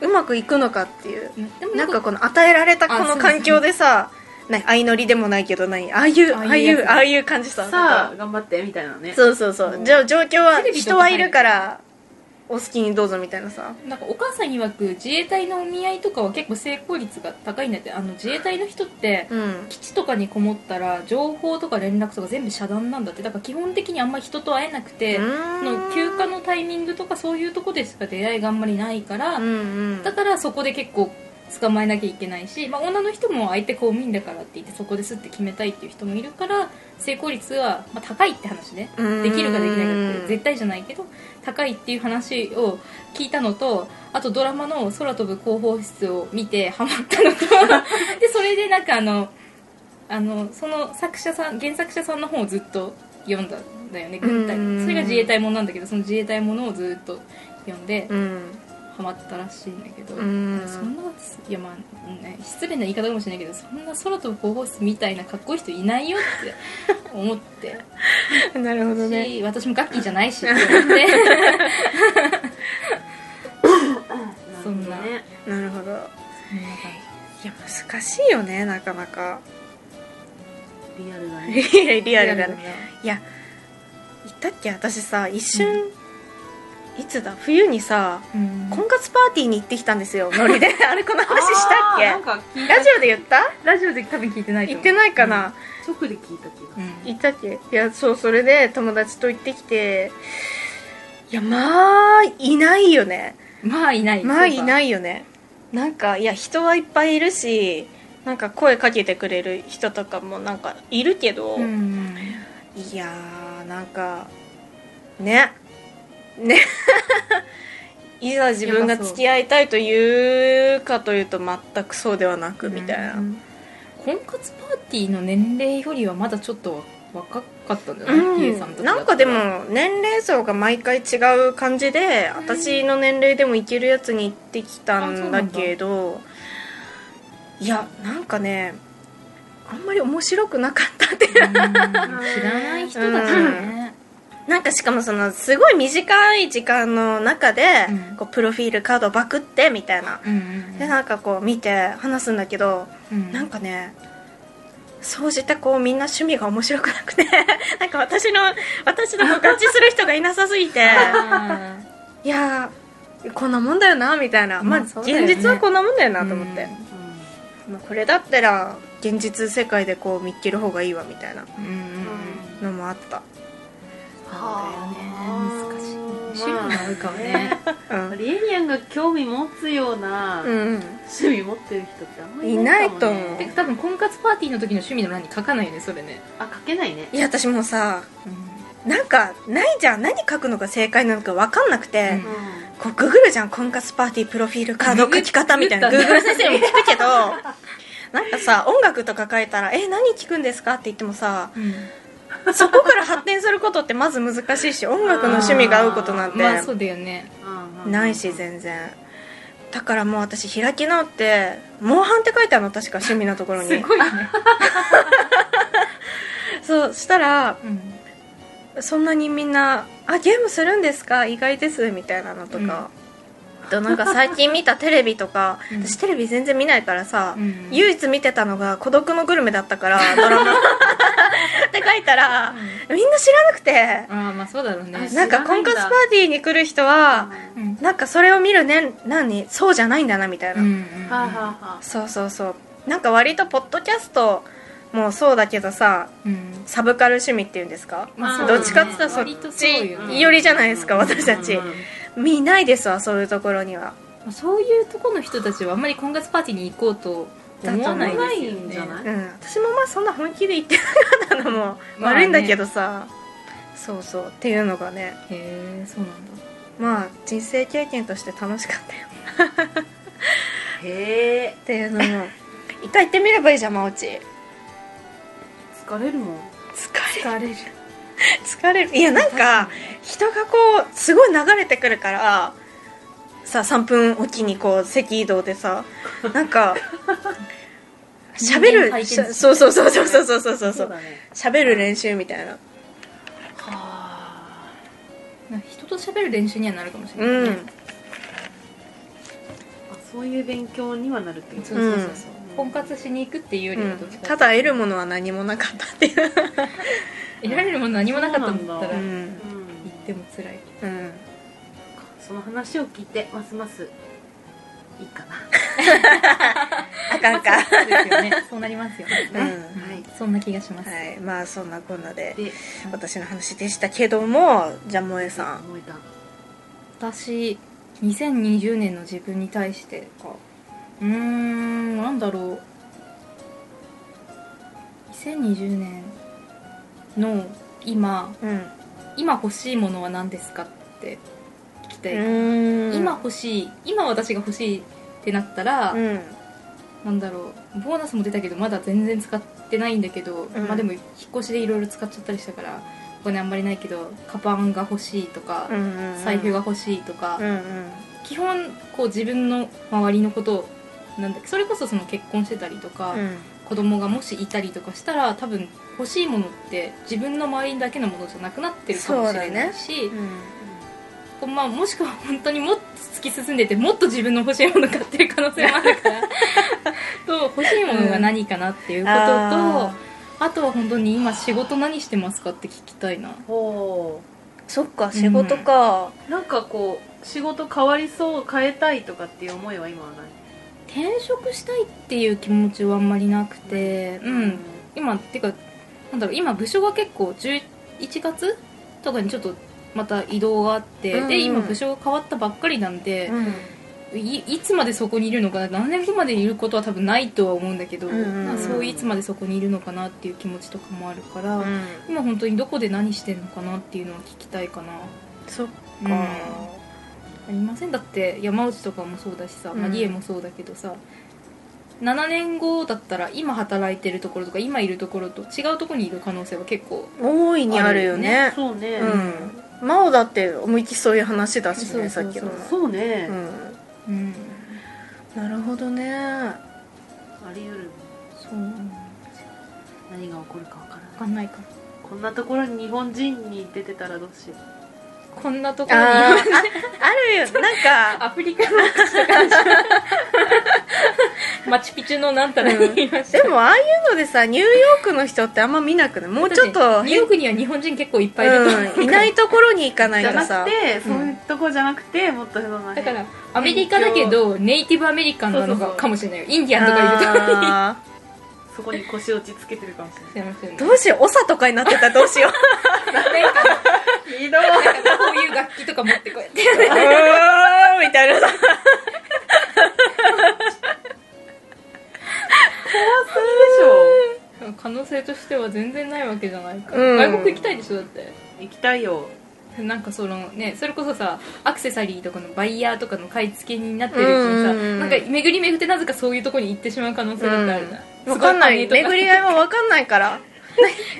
Speaker 1: うまくいくのかっていうん
Speaker 2: でも
Speaker 1: なんかこの与えられたこ
Speaker 2: あそう
Speaker 1: の
Speaker 2: そう
Speaker 1: 環境でさな相乗りでもないけど何ああいうあ
Speaker 2: あ
Speaker 1: あ
Speaker 2: あ
Speaker 1: い
Speaker 2: いうや
Speaker 1: う
Speaker 2: つ
Speaker 1: ああいう感じさ
Speaker 3: さあ頑張ってみたいなね
Speaker 1: そうそうそう
Speaker 2: うん
Speaker 1: じゃあ状況は
Speaker 2: テレビと
Speaker 1: 人
Speaker 2: か
Speaker 1: はいるからお好きにどうぞみたいなさ
Speaker 2: なんかお母さん曰く自衛隊のお見合いとかは結構成功率が高いんだってあの自衛隊の人って
Speaker 1: うん
Speaker 2: 基地とかにこもったら情報とか連絡とか全部遮断なんだってだから基本的にあんまり人と会えなくて、
Speaker 1: う
Speaker 2: そ
Speaker 1: ーん
Speaker 2: の休暇のタイミングとかそういうとこでしか出会いがあんまりないから、
Speaker 1: うんうん
Speaker 2: だからそこで結構捕まえなきゃいけないし、まあ、女の人も相手公務員だからって言ってそこですって決めたいっていう人もいるから成功率は、まあ、高いって話ねできるかできないかって絶対じゃないけど高いっていう話を聞いたのとあとドラマの「空飛ぶ広報室」を見てハマった のとでそれでなんかあのあのその作者さん原作者さんの本をずっと読んだんだよね軍隊
Speaker 1: うん
Speaker 2: それが自衛隊ものなんだけどその自衛隊ものをずっと読んで
Speaker 1: うん
Speaker 2: ハマったらしいんだけど、
Speaker 1: うん
Speaker 2: そんないやまあ、ね、失礼な言い方かもしれないけどそんな空飛ぶ広報室みたいなかっこいい人いないよって思って。
Speaker 1: なるほどね
Speaker 2: し私もガッキーじゃないしって思ってそんな
Speaker 3: るほどね
Speaker 1: なるほどいや難しいよねなかな か
Speaker 3: リアルだね
Speaker 1: リアルリアル
Speaker 2: だ
Speaker 1: だねいや言ったっけ私さ一瞬、いつだ冬にさ
Speaker 2: うん
Speaker 1: 婚活パーティーに行ってきたんですよノリであれこの話したっ
Speaker 3: あーなん
Speaker 1: け
Speaker 3: か聞いた
Speaker 1: ラジオで言った
Speaker 2: ラジオで多分聞いてないと
Speaker 1: 言っ
Speaker 2: 思う
Speaker 1: てないかな、
Speaker 3: 直で聞いた気が
Speaker 2: うん
Speaker 1: 言ったっけいやそうそれで友達と行ってきていやまあいないよね
Speaker 2: まあいない
Speaker 1: まあいないいよねなんかいや人はいっぱいいるしなんか声かけてくれる人とかもなんかいるけど、
Speaker 2: うん
Speaker 1: いやーなんかねね いざ自分が付き合いたいというかというと全くそうではなくみたいな、
Speaker 2: うん婚活パーティーの年齢よりはまだちょっと若かったんじゃない、
Speaker 1: うん
Speaker 2: ゆうさんたちだ
Speaker 1: な
Speaker 2: ったら
Speaker 1: んかでも年齢層が毎回違う感じで私の年齢でもいけるやつに行ってきた
Speaker 2: あそ
Speaker 1: ん
Speaker 2: う
Speaker 1: だ
Speaker 2: なんだ
Speaker 1: けどいやなんかねあんまり面白くなかったっていう
Speaker 2: うん知らない人だからね、
Speaker 1: なんかしかもそのすごい短い時間の中で、
Speaker 2: うん
Speaker 1: こうプロフィールカードバクってみたいな、
Speaker 2: うんうん
Speaker 1: でなんかこう見て話すんだけど、
Speaker 2: うん
Speaker 1: なんかね総じてこうみんな趣味が面白くなくて なんか私の私とこう 合致する人がいなさすぎて
Speaker 2: あ
Speaker 1: いやーこんなもんだよなみたいな、
Speaker 2: うん
Speaker 1: まあ、
Speaker 2: そうだよ
Speaker 1: 現
Speaker 2: ね
Speaker 1: 実はこんなもんだよな
Speaker 2: ー
Speaker 1: と思って、
Speaker 3: うん
Speaker 1: まあ、これだったら現実世界でこう見っける方がいいわみたいな
Speaker 2: うんうんうん
Speaker 1: のもあった
Speaker 2: そうだよね難しいね趣味もあるからね。
Speaker 1: うん
Speaker 3: リエリアンが興味持つような
Speaker 1: うん
Speaker 3: 趣味持ってる人ってあんまり
Speaker 1: いないと
Speaker 3: かも
Speaker 1: 思う
Speaker 2: て
Speaker 3: ね
Speaker 2: か多分婚活パーティーの時の趣味の欄に書かないよねそれね、
Speaker 3: あ書けないね
Speaker 1: いや私もさなんかないじゃん何書くのが正解なのか分かんなくて、
Speaker 2: うん
Speaker 1: こうググるじゃん婚活パーティープロフィールカード書き方みたいな
Speaker 2: グ
Speaker 1: グ
Speaker 2: グ
Speaker 1: ー
Speaker 2: っ
Speaker 1: グ
Speaker 2: た
Speaker 1: ル
Speaker 2: ね
Speaker 1: 先生にも聞くけどなんかさ音楽とか書いたら「え何聞くんですか?」って言ってもさそこから発展することってまず難しいし音楽の趣味が合うことなん
Speaker 2: まあそ
Speaker 1: て
Speaker 2: うだよね
Speaker 3: うんうん
Speaker 1: ないし全然だからもう私開き直って「モンハン」って書いてあるの確か趣味のところ
Speaker 2: す
Speaker 1: に
Speaker 2: ごいね、
Speaker 1: そうしたら
Speaker 2: うん
Speaker 1: そんなにみんな「あゲームするんですか意外です」みたいなのとか、あとなんか最近見たテレビとか、
Speaker 2: うん
Speaker 1: 私テレビ全然見ないからさ、
Speaker 2: うん
Speaker 1: 唯一見てたのが「孤独のグルメ」だった からドラマって書いたらみんな知らなくて
Speaker 2: ああまあそうだろうね
Speaker 3: あ、
Speaker 1: なんか
Speaker 3: 知らな
Speaker 1: 婚
Speaker 3: いんだ
Speaker 1: 活パーティーに来る人は、
Speaker 3: う
Speaker 2: うんん、
Speaker 1: なんかそれを見るね何そうじゃないんだなみたいな、
Speaker 2: うんうん
Speaker 3: はあ、はあはあ、
Speaker 1: そうそうそうなんか割とポッドキャストもそうだけどさ
Speaker 2: うん
Speaker 1: サブカル趣味っていうんですか
Speaker 2: まあ
Speaker 3: うん
Speaker 2: そうだね
Speaker 1: どっちかって言ったらそっ
Speaker 2: 割と
Speaker 1: ち
Speaker 2: そうよね
Speaker 1: よりじゃないですか私たち
Speaker 3: うんうん
Speaker 1: 見ないですわそういうところには
Speaker 2: まあそういうとこの人たちはあんまり婚活パーティーに行こうと思わないで
Speaker 3: だ
Speaker 2: すよ
Speaker 3: と思わないん
Speaker 2: ね
Speaker 3: じゃない
Speaker 1: うん私もまあそんな本気で言ってなかったのも
Speaker 2: まあね
Speaker 1: 悪いんだけどさ、そうそうっていうのがね
Speaker 2: へえそうなんだ
Speaker 1: まあ人生経験として楽しかったよ
Speaker 3: へえ
Speaker 1: っていうのも 一回行ってみればいいじゃんまおち疲
Speaker 3: 疲れるもん
Speaker 1: れ
Speaker 2: 疲れる
Speaker 1: 疲れるいやなんか人がこうすごい流れてくるからさ3分おきにこう席移動でさなん か喋
Speaker 2: 人間回
Speaker 1: る
Speaker 2: 転
Speaker 1: しゃそうそうそうそうそうそうそうそう
Speaker 3: だね
Speaker 1: 喋る練習みたいな
Speaker 3: は
Speaker 2: なんか人と喋る練習にはなるかもしれ
Speaker 1: う
Speaker 2: ない、
Speaker 1: ん
Speaker 2: ね
Speaker 3: ああそういう勉強にはなるってこと
Speaker 2: そう
Speaker 3: ね
Speaker 2: そうそうそう、婚活しに行くっていうよりはどっちか
Speaker 1: ただ得るものは何もなかったっていう、
Speaker 2: 得られるもの何もなかったんだったら
Speaker 3: そう
Speaker 2: 行っ
Speaker 1: ん
Speaker 3: うん
Speaker 2: ても辛い
Speaker 1: うん、
Speaker 3: その話を聞いてますますいいかな
Speaker 1: あかんかは
Speaker 2: そうですよねそうなりますよね、
Speaker 1: うん
Speaker 2: はい、そんな気がします、
Speaker 1: いまあそんなこんなで
Speaker 3: で
Speaker 1: 私の話でしたけどもじゃあ萌えさん
Speaker 3: 思えた
Speaker 2: 私2020年の自分に対してかうーんなんだろう2020年の今
Speaker 1: うん
Speaker 2: 今欲しいものは何ですかって聞きたい、
Speaker 1: うん
Speaker 2: 今欲しい今私が欲しいってなったら、
Speaker 1: うん
Speaker 2: なんだろうボーナスも出たけどまだ全然使ってないんだけど、
Speaker 1: うん
Speaker 2: まあでも引っ越しでいろいろ使っちゃったりしたからお金あんまりないけどカバンが欲しいとか、
Speaker 1: うんうん
Speaker 2: 財布が欲しいとか、
Speaker 1: うんうん
Speaker 2: 基本こう自分の周りのことをなんだっけそれこそその結婚してたりとか、
Speaker 1: うん
Speaker 2: 子供がもしいたりとかしたら多分欲しいものって自分の周りだけのものじゃなくなってるかもしれないし、
Speaker 1: うん
Speaker 2: こうまあ、もしくは本当にもっと突き進んでてもっと自分の欲しいもの買ってる可能性もあるから と欲しいものが何かなっていうことと、
Speaker 1: あ
Speaker 2: あとは本当に今仕事何してますかって聞きたいな
Speaker 3: ほ
Speaker 1: そっか仕事か、
Speaker 3: うなんかこう仕事変わりそう変えたいとかっていう思いは今はない
Speaker 2: 転職したいっていう気持ちはあんまりなくてうん今てかなんだろう今部署が結構11月とかにちょっとまた移動があって、
Speaker 1: うんうん
Speaker 2: で今部署が変わったばっかりなんで、
Speaker 1: ん
Speaker 2: いいつまでそこにいるのかな何年後までいることは多分ないとは思うんだけど、
Speaker 1: うんうんうん
Speaker 2: なんかそういつまでそこにいるのかなっていう気持ちとかもあるから、今本当にどこで何してるのかなっていうのは聞きたいかな、
Speaker 1: そっか、
Speaker 2: うんありませんだって山内とかもそうだしさ、まあ、
Speaker 1: うん
Speaker 2: 理恵もそうだけどさ、7年後だったら今働いてるところとか今いるところと違うところにいる可能性は結構
Speaker 1: 大いにあるよね
Speaker 3: そうね
Speaker 1: うん真央だって思いっきりそういう話だしね
Speaker 2: そうそうそう
Speaker 1: さっきの
Speaker 3: そうね
Speaker 1: うん
Speaker 2: うん
Speaker 1: なるほどね
Speaker 3: あり得る
Speaker 2: そう分
Speaker 3: 何が起こるかわから
Speaker 2: か
Speaker 3: ない
Speaker 2: んないから
Speaker 3: こんなところに日本人に出てたらどうしよう
Speaker 2: こんなところに
Speaker 1: あーああるよなんか
Speaker 2: アフリカの口とかマチュピチュのなんたらにいました、
Speaker 1: でもああいうのでさニューヨークの人ってあんま見なくないもうちょっと
Speaker 2: ニューヨークには日本人結構いっぱいいると思う、
Speaker 1: うんいないところに行かない
Speaker 3: じゃ
Speaker 1: と
Speaker 3: な
Speaker 1: さ
Speaker 3: くてそういうとこじゃなくてもっとその
Speaker 2: だ
Speaker 3: 辺
Speaker 2: からアメリカだけどネイティブアメリカンなの
Speaker 3: そうそうそ
Speaker 2: か
Speaker 3: う
Speaker 2: かもしれないよインディアンとかいると
Speaker 1: あ
Speaker 3: そこに腰落ちつけてるかもしれない
Speaker 2: してましたよね
Speaker 1: どうしよう長とかになってたらどうしよう
Speaker 2: なんか
Speaker 3: ひどい
Speaker 2: なんかこういう楽器とか持ってこうやって
Speaker 1: うーんみたいなさ
Speaker 3: で
Speaker 2: 可能性としては全然ないわけじゃないか、
Speaker 1: うん
Speaker 2: 外国行きたいでしょだって
Speaker 3: しょ行きたいよ
Speaker 2: なんかそのねそれこそさアクセサリーとかのバイヤーとかの買い付けになってるうちにさ、
Speaker 1: うんうんうん
Speaker 2: なんか巡り巡ってなぜかそういうとこに行ってしまう可能性だってあるな、
Speaker 1: 分かんない
Speaker 2: すごい金と
Speaker 1: 巡り合いは分かんないから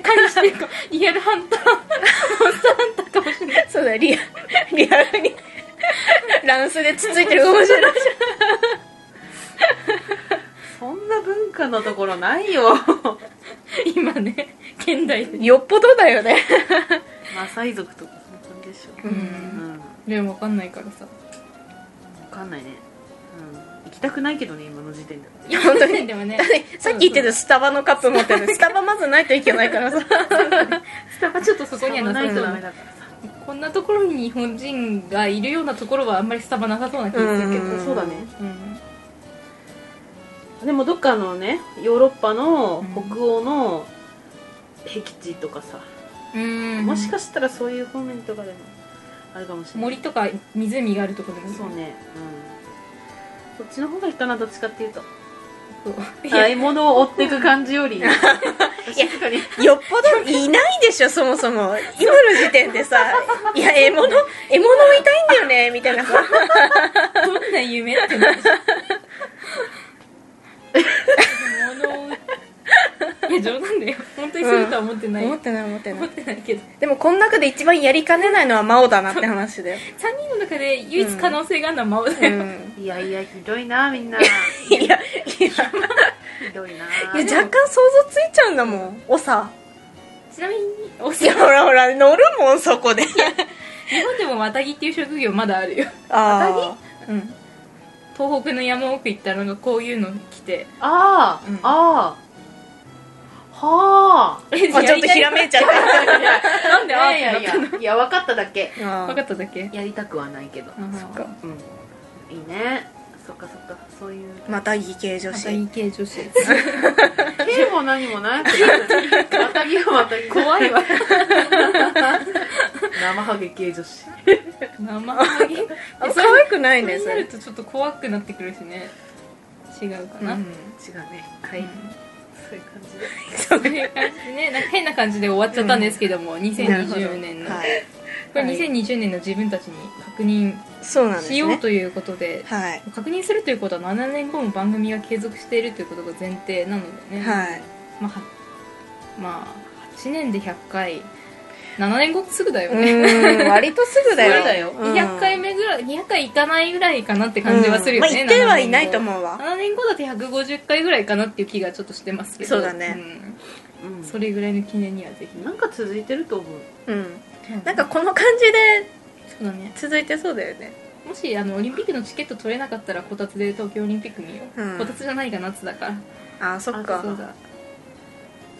Speaker 2: 彼氏っていうかリアルハンターモンスターハンターかもしれない
Speaker 1: そうだよリアリアルにランスでつついてるかもしれない
Speaker 3: そんな文化のところないよ
Speaker 2: 今ね現代 で
Speaker 1: よっぽどだよね
Speaker 3: マサイ族とかそんな感じでしょ
Speaker 2: う
Speaker 3: うんんわ
Speaker 2: でも分かんないからさ
Speaker 3: かんないねうん行きたくないけどね今の時点で
Speaker 1: 本当に
Speaker 2: でもね
Speaker 1: さっき言ってたスタバのカップ持って るスタバまずないといけないからさ
Speaker 2: スタバちょっとそこにはな
Speaker 3: ない
Speaker 2: さ
Speaker 3: と
Speaker 2: そう
Speaker 3: ダメ
Speaker 2: な
Speaker 3: だからさ
Speaker 2: こんなところに日本人がいるようなところはあんまりスタバなさそうな気がするけど
Speaker 1: うん
Speaker 3: そうだね
Speaker 2: うん
Speaker 3: でもどっかのねヨーロッパの
Speaker 2: うん
Speaker 3: 北欧の僻地とかさ、
Speaker 2: うん
Speaker 3: もしかしたらそういう方面とかでもあるかもしれない
Speaker 2: 森とか湖があるところでもいい
Speaker 3: そうねうんこっちの方がいいかなどっちかっていうと
Speaker 2: そういや
Speaker 3: 買い物を追っていく感じより いや
Speaker 1: 静よっぽどいないでしょそもそも今の時点でさ「いや獲物獲物もいたいんだよね」みたいなさ
Speaker 2: どんな夢って なるじゃん物を売っていや冗談だよ本当にするとは思ってない、
Speaker 1: 思ってない思ってな
Speaker 2: 思っ
Speaker 1: い
Speaker 2: てないけど
Speaker 1: でもこの中で一番やりかねないのは真央だなって話だよ、
Speaker 2: 3人の中で唯一可能性があるのは真央だ
Speaker 1: う
Speaker 2: よ、
Speaker 1: ん、
Speaker 3: いやいやひどいなみんな
Speaker 1: いやいや
Speaker 3: ひどいない
Speaker 1: や若干想像ついちゃうんだもんおさ
Speaker 2: ちなみにお
Speaker 1: い
Speaker 2: 世
Speaker 1: や
Speaker 2: 話
Speaker 1: ほらほら乗るもんそこで
Speaker 2: 日本でもマタギっていう職業まだあるよ
Speaker 1: あ
Speaker 2: うん東北の山奥行ったらなんかこういうの着て
Speaker 3: ああ、
Speaker 2: うん
Speaker 3: ああは
Speaker 2: え
Speaker 1: ああちょっとひらめいちゃった
Speaker 2: たなん
Speaker 3: あ
Speaker 2: でああ
Speaker 3: いやいやいやいや分かっただけ
Speaker 2: 分かっただけ
Speaker 3: やりたくはないけど
Speaker 1: そっか
Speaker 3: うんいいねそっかそっかそう いう
Speaker 1: また異形女
Speaker 2: マ
Speaker 1: 子
Speaker 2: タギ系女子
Speaker 3: 手も何もない またぎはまたぎ
Speaker 2: 怖い わ
Speaker 3: 生ハゲ系女子
Speaker 2: 生ハゲ
Speaker 1: あ可愛くない
Speaker 2: それ
Speaker 1: ね
Speaker 2: に
Speaker 1: そ
Speaker 2: な
Speaker 1: れ
Speaker 2: るとちょっと怖くなってくるしね違うかな、
Speaker 1: うん
Speaker 3: 違うねは
Speaker 2: うん
Speaker 3: そういう感じで
Speaker 2: そういう感じでねなんか変な感じで終わっちゃったんですけども、2020年の、
Speaker 1: はい
Speaker 2: これ
Speaker 1: はい
Speaker 2: 2020年の自分たちに確認
Speaker 1: そうなんです
Speaker 2: しよう
Speaker 1: ね
Speaker 2: ということで
Speaker 1: はい
Speaker 2: 確認するということは7年後も番組が継続しているということが前提なのでね、
Speaker 1: はい
Speaker 2: まあは、まあ8年で100回7年後すぐだよ
Speaker 1: う
Speaker 2: ね、
Speaker 1: ーん割とすぐだよ
Speaker 3: そうだよ
Speaker 1: うん
Speaker 2: 200回目ぐらい200回いかないぐらいかなって感じはするよね、
Speaker 1: うんまあ、一定はいないと
Speaker 2: う
Speaker 1: 思うわ
Speaker 2: 7年後だと150回ぐらいかなっていう気がちょっとしてますけど
Speaker 1: そうだね、
Speaker 2: うん
Speaker 3: う
Speaker 2: それぐらいの記念にはぜひ
Speaker 3: んなんか続いてると思う
Speaker 1: うん
Speaker 2: な
Speaker 1: なんん
Speaker 2: か
Speaker 1: かこの感じで
Speaker 2: そうだね
Speaker 1: 続いてそうだよね
Speaker 2: もしあのオリンピックのチケット取れなかったらこたつで東京オリンピック見よう、
Speaker 1: うん
Speaker 2: こたつじゃないか夏だから
Speaker 1: あーそっ
Speaker 3: あ
Speaker 1: か
Speaker 2: そうだ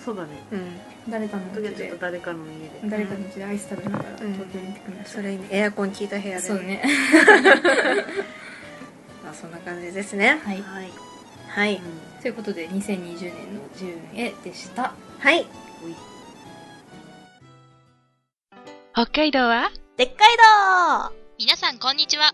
Speaker 3: そうだね
Speaker 1: うん
Speaker 2: 誰かの
Speaker 3: そ
Speaker 2: 家
Speaker 3: の時はちょっ
Speaker 2: で
Speaker 3: と誰かの家で
Speaker 2: 誰かの家でアイス食べながら
Speaker 1: うん
Speaker 2: 東京オリンピック見ましょ
Speaker 1: それにエアコン効いた部屋
Speaker 2: う
Speaker 1: で
Speaker 2: そうね
Speaker 1: まあそんな感じですね
Speaker 2: はい
Speaker 3: はい
Speaker 1: はい、
Speaker 3: う
Speaker 2: ということで2020年の順へでした
Speaker 1: はい
Speaker 3: んおい
Speaker 4: 北海道は
Speaker 1: でっかいど
Speaker 5: 皆さんこんにちは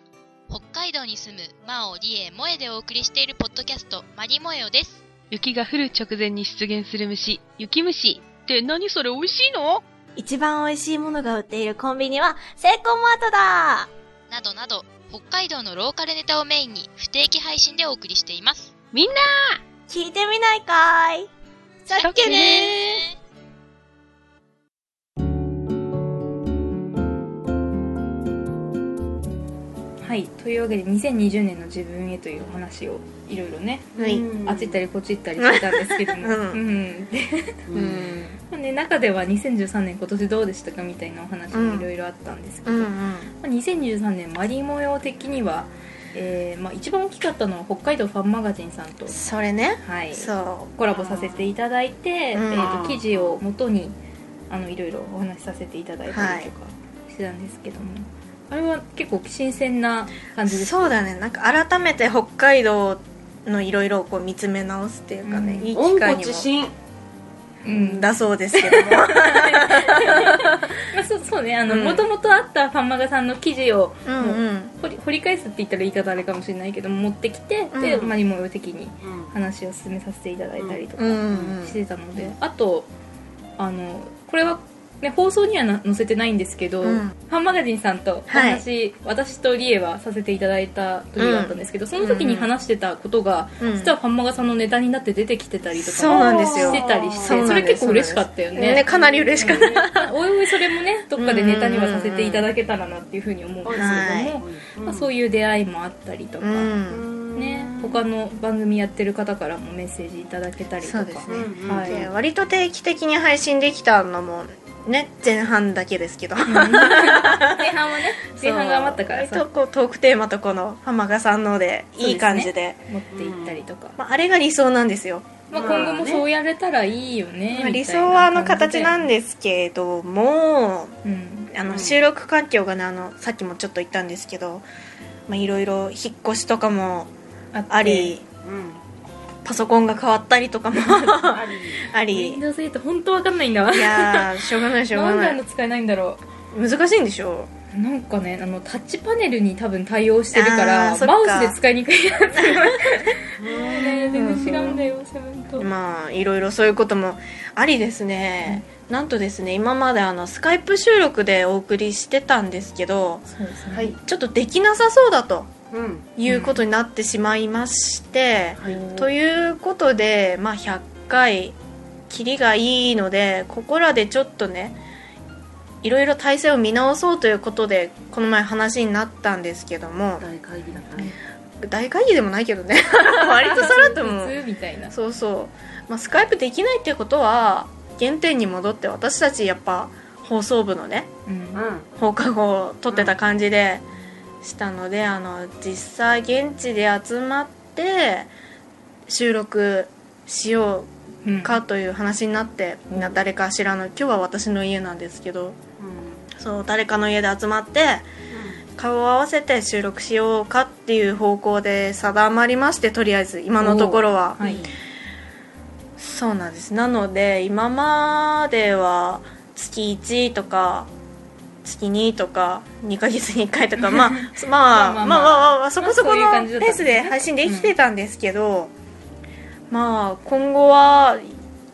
Speaker 5: 北海道に住むマオリエモエでお送りしているポッドキャストマリモエオです
Speaker 4: 雪が降る直前に出現する虫、雪虫。って何それ美味しいの
Speaker 6: 一番美味しいものが売っているコンビニは、セイコーマートだ
Speaker 5: などなど北海道のローカルネタをメインに不定期配信でお送りしています
Speaker 4: みんな
Speaker 6: 聞いてみないかい
Speaker 5: さ
Speaker 4: っきね
Speaker 2: はいというわけで2020年の自分へというお話をいろいろね
Speaker 1: はい
Speaker 3: うん
Speaker 2: あっち行ったりこっち行ったりしてたんですけども、
Speaker 1: うん
Speaker 2: うんで
Speaker 1: ー
Speaker 3: う
Speaker 1: うんん
Speaker 2: まあね、中では2013年今年どうでしたかみたいなお話もいろいろあったんですけ
Speaker 1: う
Speaker 2: ど、
Speaker 1: んう
Speaker 2: ま
Speaker 1: ん
Speaker 2: あ、2013年マリモ用的には、えーまあ、一番大きかったのは北海道ファンマガジンさんと、
Speaker 1: それね
Speaker 2: はい、
Speaker 1: そ
Speaker 2: コラボさせていただいて、え
Speaker 1: うん
Speaker 2: ー、と記事を元にあのいろいろお話しさせていただいたりとかしてたんですけども、あれは結構新鮮な感
Speaker 1: う
Speaker 2: じです
Speaker 1: そうだねなんか改めて北海道のいろいろをこう見つめ直すっていうかね、
Speaker 2: うん
Speaker 1: いい
Speaker 3: 温
Speaker 1: 機会
Speaker 3: 故
Speaker 1: に
Speaker 3: 知
Speaker 1: も、
Speaker 3: 新
Speaker 2: う
Speaker 1: うんんだそうですけ ども
Speaker 2: まあ、そうそうねあの
Speaker 1: うん
Speaker 2: もともとあったファンマガさんの記事を
Speaker 1: うんうん
Speaker 2: 掘り掘り返すって言ったら言い方あれかもしれないけど持ってきて、
Speaker 1: うん
Speaker 2: でマリモ用的に
Speaker 3: うん
Speaker 2: 話を進めさせていただいたりとか
Speaker 1: うんうん
Speaker 2: してたので、あとあのこれは、ね、放送にはな載せてないんですけど、
Speaker 1: うん
Speaker 2: ファンマガジンさんとお話、私とリエはさせていただいた時があったんですけど、その時に話してたことが、
Speaker 1: うん
Speaker 2: 実はファンマガさんのネタになって出てきてたりと
Speaker 1: そう
Speaker 2: か
Speaker 1: なんですよ
Speaker 2: してたりして
Speaker 1: そう
Speaker 2: そ
Speaker 1: なん
Speaker 2: れ
Speaker 1: です
Speaker 2: 結構嬉しかったよね
Speaker 1: ねかなり嬉しかった、
Speaker 2: おいおいそれもねどっかでネタにはさせていただけたらなっていうふうに思うんですけども、
Speaker 1: はい
Speaker 2: まあ、そういう出会いもあったりとか、
Speaker 1: うん
Speaker 2: ね他の番組やってる方からもメッセージいただけたりとか
Speaker 1: そうですね
Speaker 3: うん
Speaker 2: はい
Speaker 1: で割と定期的に配信できたのもね前半だけですけど
Speaker 2: うん前半はね前半が余ったから
Speaker 1: そう
Speaker 2: さ
Speaker 1: 割とこうトークテーマとこのハマガさんので
Speaker 2: そうですね
Speaker 1: いい感じで
Speaker 2: 持っていったりとか、
Speaker 1: まあ、あれが理想なんですよ、
Speaker 2: まあ、
Speaker 3: まあ
Speaker 2: 今後もそうやれたらいいよね、
Speaker 1: まあ
Speaker 2: み
Speaker 1: 理
Speaker 2: た
Speaker 1: 想
Speaker 2: い
Speaker 1: はあの
Speaker 2: 感じ
Speaker 1: 形なんですけども
Speaker 2: で、うん、
Speaker 1: あ
Speaker 3: う
Speaker 1: の
Speaker 3: ん
Speaker 1: 収録環境がねあのさっきもちょっと言ったんですけどまあいろいろ引っ越しとかも
Speaker 2: あって
Speaker 1: あり
Speaker 3: うん
Speaker 1: パソコンが変わったりとかも
Speaker 3: あり
Speaker 1: あり
Speaker 2: Windows8 本当わかんないんだわ
Speaker 1: いやーしょうがないしょう
Speaker 2: な
Speaker 1: が
Speaker 2: んで
Speaker 1: な
Speaker 2: あんない使えないんだろ
Speaker 1: 難しいんでしょ
Speaker 2: うなんかねあのタッチパネルに多分対応してるか
Speaker 1: あー
Speaker 2: ら
Speaker 1: そっか
Speaker 2: マウスで使いにくいやつね
Speaker 1: うん
Speaker 2: 全然違うんだよセブンと、
Speaker 1: まあいろいろそういうこともありですね、なんとですね今まであのスカイプ収録でお送りしてたんですけど
Speaker 2: そうですね、
Speaker 3: はい
Speaker 1: ちょっとできなさそうだと
Speaker 3: うん
Speaker 1: いうことになってしまいまして、
Speaker 3: はい
Speaker 1: ということで、まあ、100回キリがいいのでここらでちょっとねいろいろ体制を見直そうということでこの前話になったんですけども
Speaker 3: 大会議だったね
Speaker 1: 大会議でもないけどね 割とさらっともう
Speaker 2: 普通みたいな
Speaker 1: そうそう、まあ、スカイプできないってことは原点に戻って私たちやっぱ放送部のね
Speaker 2: うん
Speaker 3: うん
Speaker 1: 放課後撮ってた感じでしたので、あの実際現地で集まって収録しよ
Speaker 2: うん
Speaker 1: うかという話になって、みんな誰か知らぬ今日は私の家なんですけどそう誰かの家で集まって顔を合わせて収録しようかっていう方向で定まりましてとりあえず今のところは、
Speaker 2: はい、
Speaker 1: そうなんですなので今までは月1とか月2とか2ヶ月に1回と かまあまあま
Speaker 2: ま
Speaker 1: あまあ
Speaker 2: あまあまあ
Speaker 1: まあまあそこそこ
Speaker 2: まあそういう
Speaker 1: の
Speaker 2: 感じだった
Speaker 1: ペースで配信できてたんですけど、まあ今後は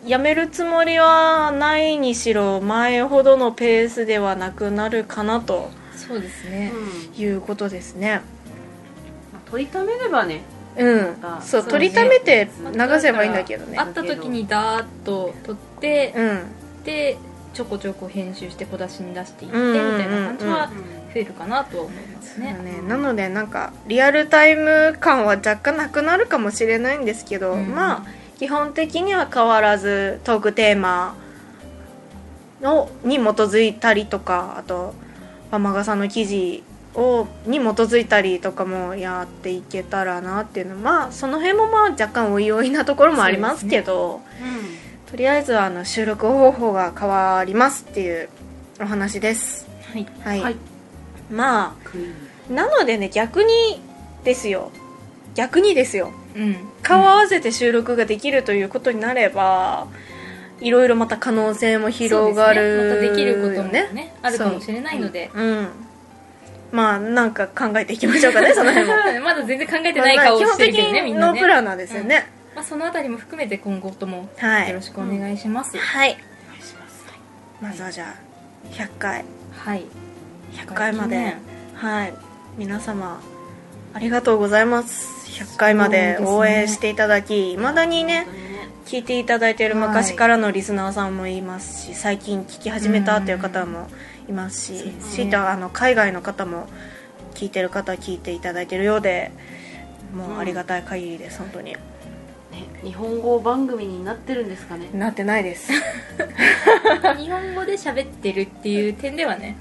Speaker 1: やめるつもりはないにしろ前ほどのペースではなくなるかなと
Speaker 2: そうですね、
Speaker 1: いうことですね。
Speaker 3: まあ取りためればね
Speaker 1: うん
Speaker 3: ま、た
Speaker 1: そう
Speaker 3: そうね
Speaker 1: 取りためて流せばいいんだけどね
Speaker 2: 会。った時にダーッと撮って、
Speaker 1: うん
Speaker 2: でちょこちょこ編集して小出しに出していって、
Speaker 1: うんうんうんうん
Speaker 2: みたいな感じは増えるかなとは思います
Speaker 1: ね
Speaker 2: ね、
Speaker 1: なのでなんかリアルタイム感は若干なくなるかもしれないんですけど、
Speaker 2: うん
Speaker 1: まあ基本的には変わらずトークテーマのに基づいたりとかあとパマガさんの記事をに基づいたりとかもやっていけたらなっていうのまあその辺もまあ若干おいおいなところもありますけどとりあえずはあの収録方法が変わりますっていうお話です。
Speaker 2: はい、
Speaker 1: はい、
Speaker 3: はい
Speaker 1: まあ
Speaker 3: クイーン
Speaker 1: なのでね逆にですよ逆にですよ
Speaker 2: うん、
Speaker 1: 顔合わせて収録ができるということになれば、いろいろまた可能性も広が
Speaker 2: そう
Speaker 1: る
Speaker 2: ですねまたできること
Speaker 1: よ
Speaker 2: も
Speaker 1: ね
Speaker 2: ねあるかもしれないので、
Speaker 1: うんまあなんか考えていきましょうか ねその辺も
Speaker 2: まだ全然考えてない顔をしてるけど
Speaker 1: ま
Speaker 2: ね
Speaker 1: あ基本的
Speaker 2: みん
Speaker 1: に
Speaker 2: な
Speaker 1: ノー
Speaker 2: ね
Speaker 1: プ、ランなんですよね、
Speaker 2: まあ、そのあたりも含めて今後とも
Speaker 1: はい
Speaker 2: よろしくお願いします、
Speaker 1: はい
Speaker 3: お願いします
Speaker 1: まずはじゃあ100回
Speaker 2: はい
Speaker 1: 100回まではい皆様ありがとうございます100回まで応援していただきいま、未だにね
Speaker 3: 本当
Speaker 1: 聞いていただいている
Speaker 2: はい
Speaker 1: 昔からのリスナーさんもいますし、最近聞き始めたという方もいますし、
Speaker 2: うん
Speaker 1: しいてはあの海外の方も聞いてる方は聞いていただいているようでもうありがたい限りです本当に
Speaker 3: ねね日本語番組になってるんですかね
Speaker 1: なってないです
Speaker 2: 日本語で喋ってるっていう点ではね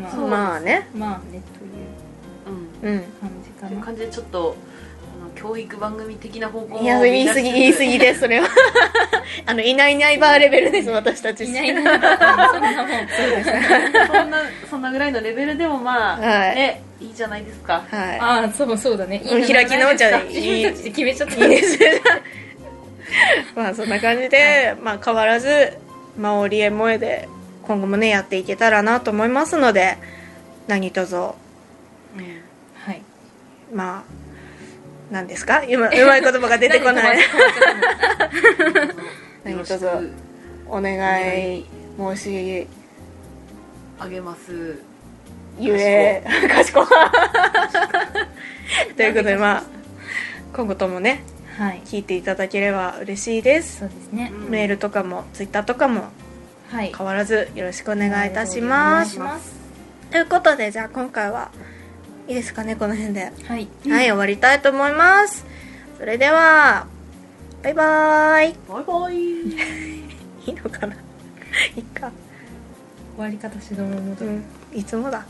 Speaker 2: まあ
Speaker 3: そう
Speaker 1: まあね
Speaker 2: まあねという
Speaker 1: う
Speaker 3: うん
Speaker 1: ん
Speaker 2: 感じか
Speaker 3: という
Speaker 2: な
Speaker 3: 感じでちょっとあの教育番組的な方向
Speaker 1: いや言い過ぎ言い過ぎですそれはあのいないいないバーレベルです私たち
Speaker 2: いないいないばあそんなもん
Speaker 3: そんなそんなぐらいのレベルでもまあ、
Speaker 1: はい
Speaker 3: ねいいじゃないですか
Speaker 1: は
Speaker 2: ああそうそうだね
Speaker 1: うん開き直っち ゃう
Speaker 2: 自分たちで決めちゃった
Speaker 1: いいいです まあそんな感じで、まあ変わらずマオリエ萌えで今後もねやっていけたらなと思いますので何卒
Speaker 2: はい
Speaker 1: まあなんですか今うまい言葉が出てこない
Speaker 3: よ
Speaker 1: 何
Speaker 3: ろし
Speaker 1: 卒
Speaker 3: く
Speaker 1: お願い申し
Speaker 3: あげます
Speaker 1: ゆえ賢ということでまあ今後ともね
Speaker 2: はい
Speaker 1: 聞いていただければ嬉しいです
Speaker 2: そうですね
Speaker 3: うん
Speaker 1: メールとかもツイッターとかも
Speaker 2: はい
Speaker 1: 変わらずよろしくお願いいたし
Speaker 2: お
Speaker 1: ま
Speaker 2: 願い
Speaker 1: す
Speaker 2: します
Speaker 1: ということでじゃあ今回はいいですかねこの辺で、
Speaker 2: はい
Speaker 1: はい終わりたいと思いますそれではバイバーイ
Speaker 3: バイバイ
Speaker 1: いいのかな いいか
Speaker 2: 終わり方指導の戻
Speaker 1: う
Speaker 2: り
Speaker 1: んいつもだ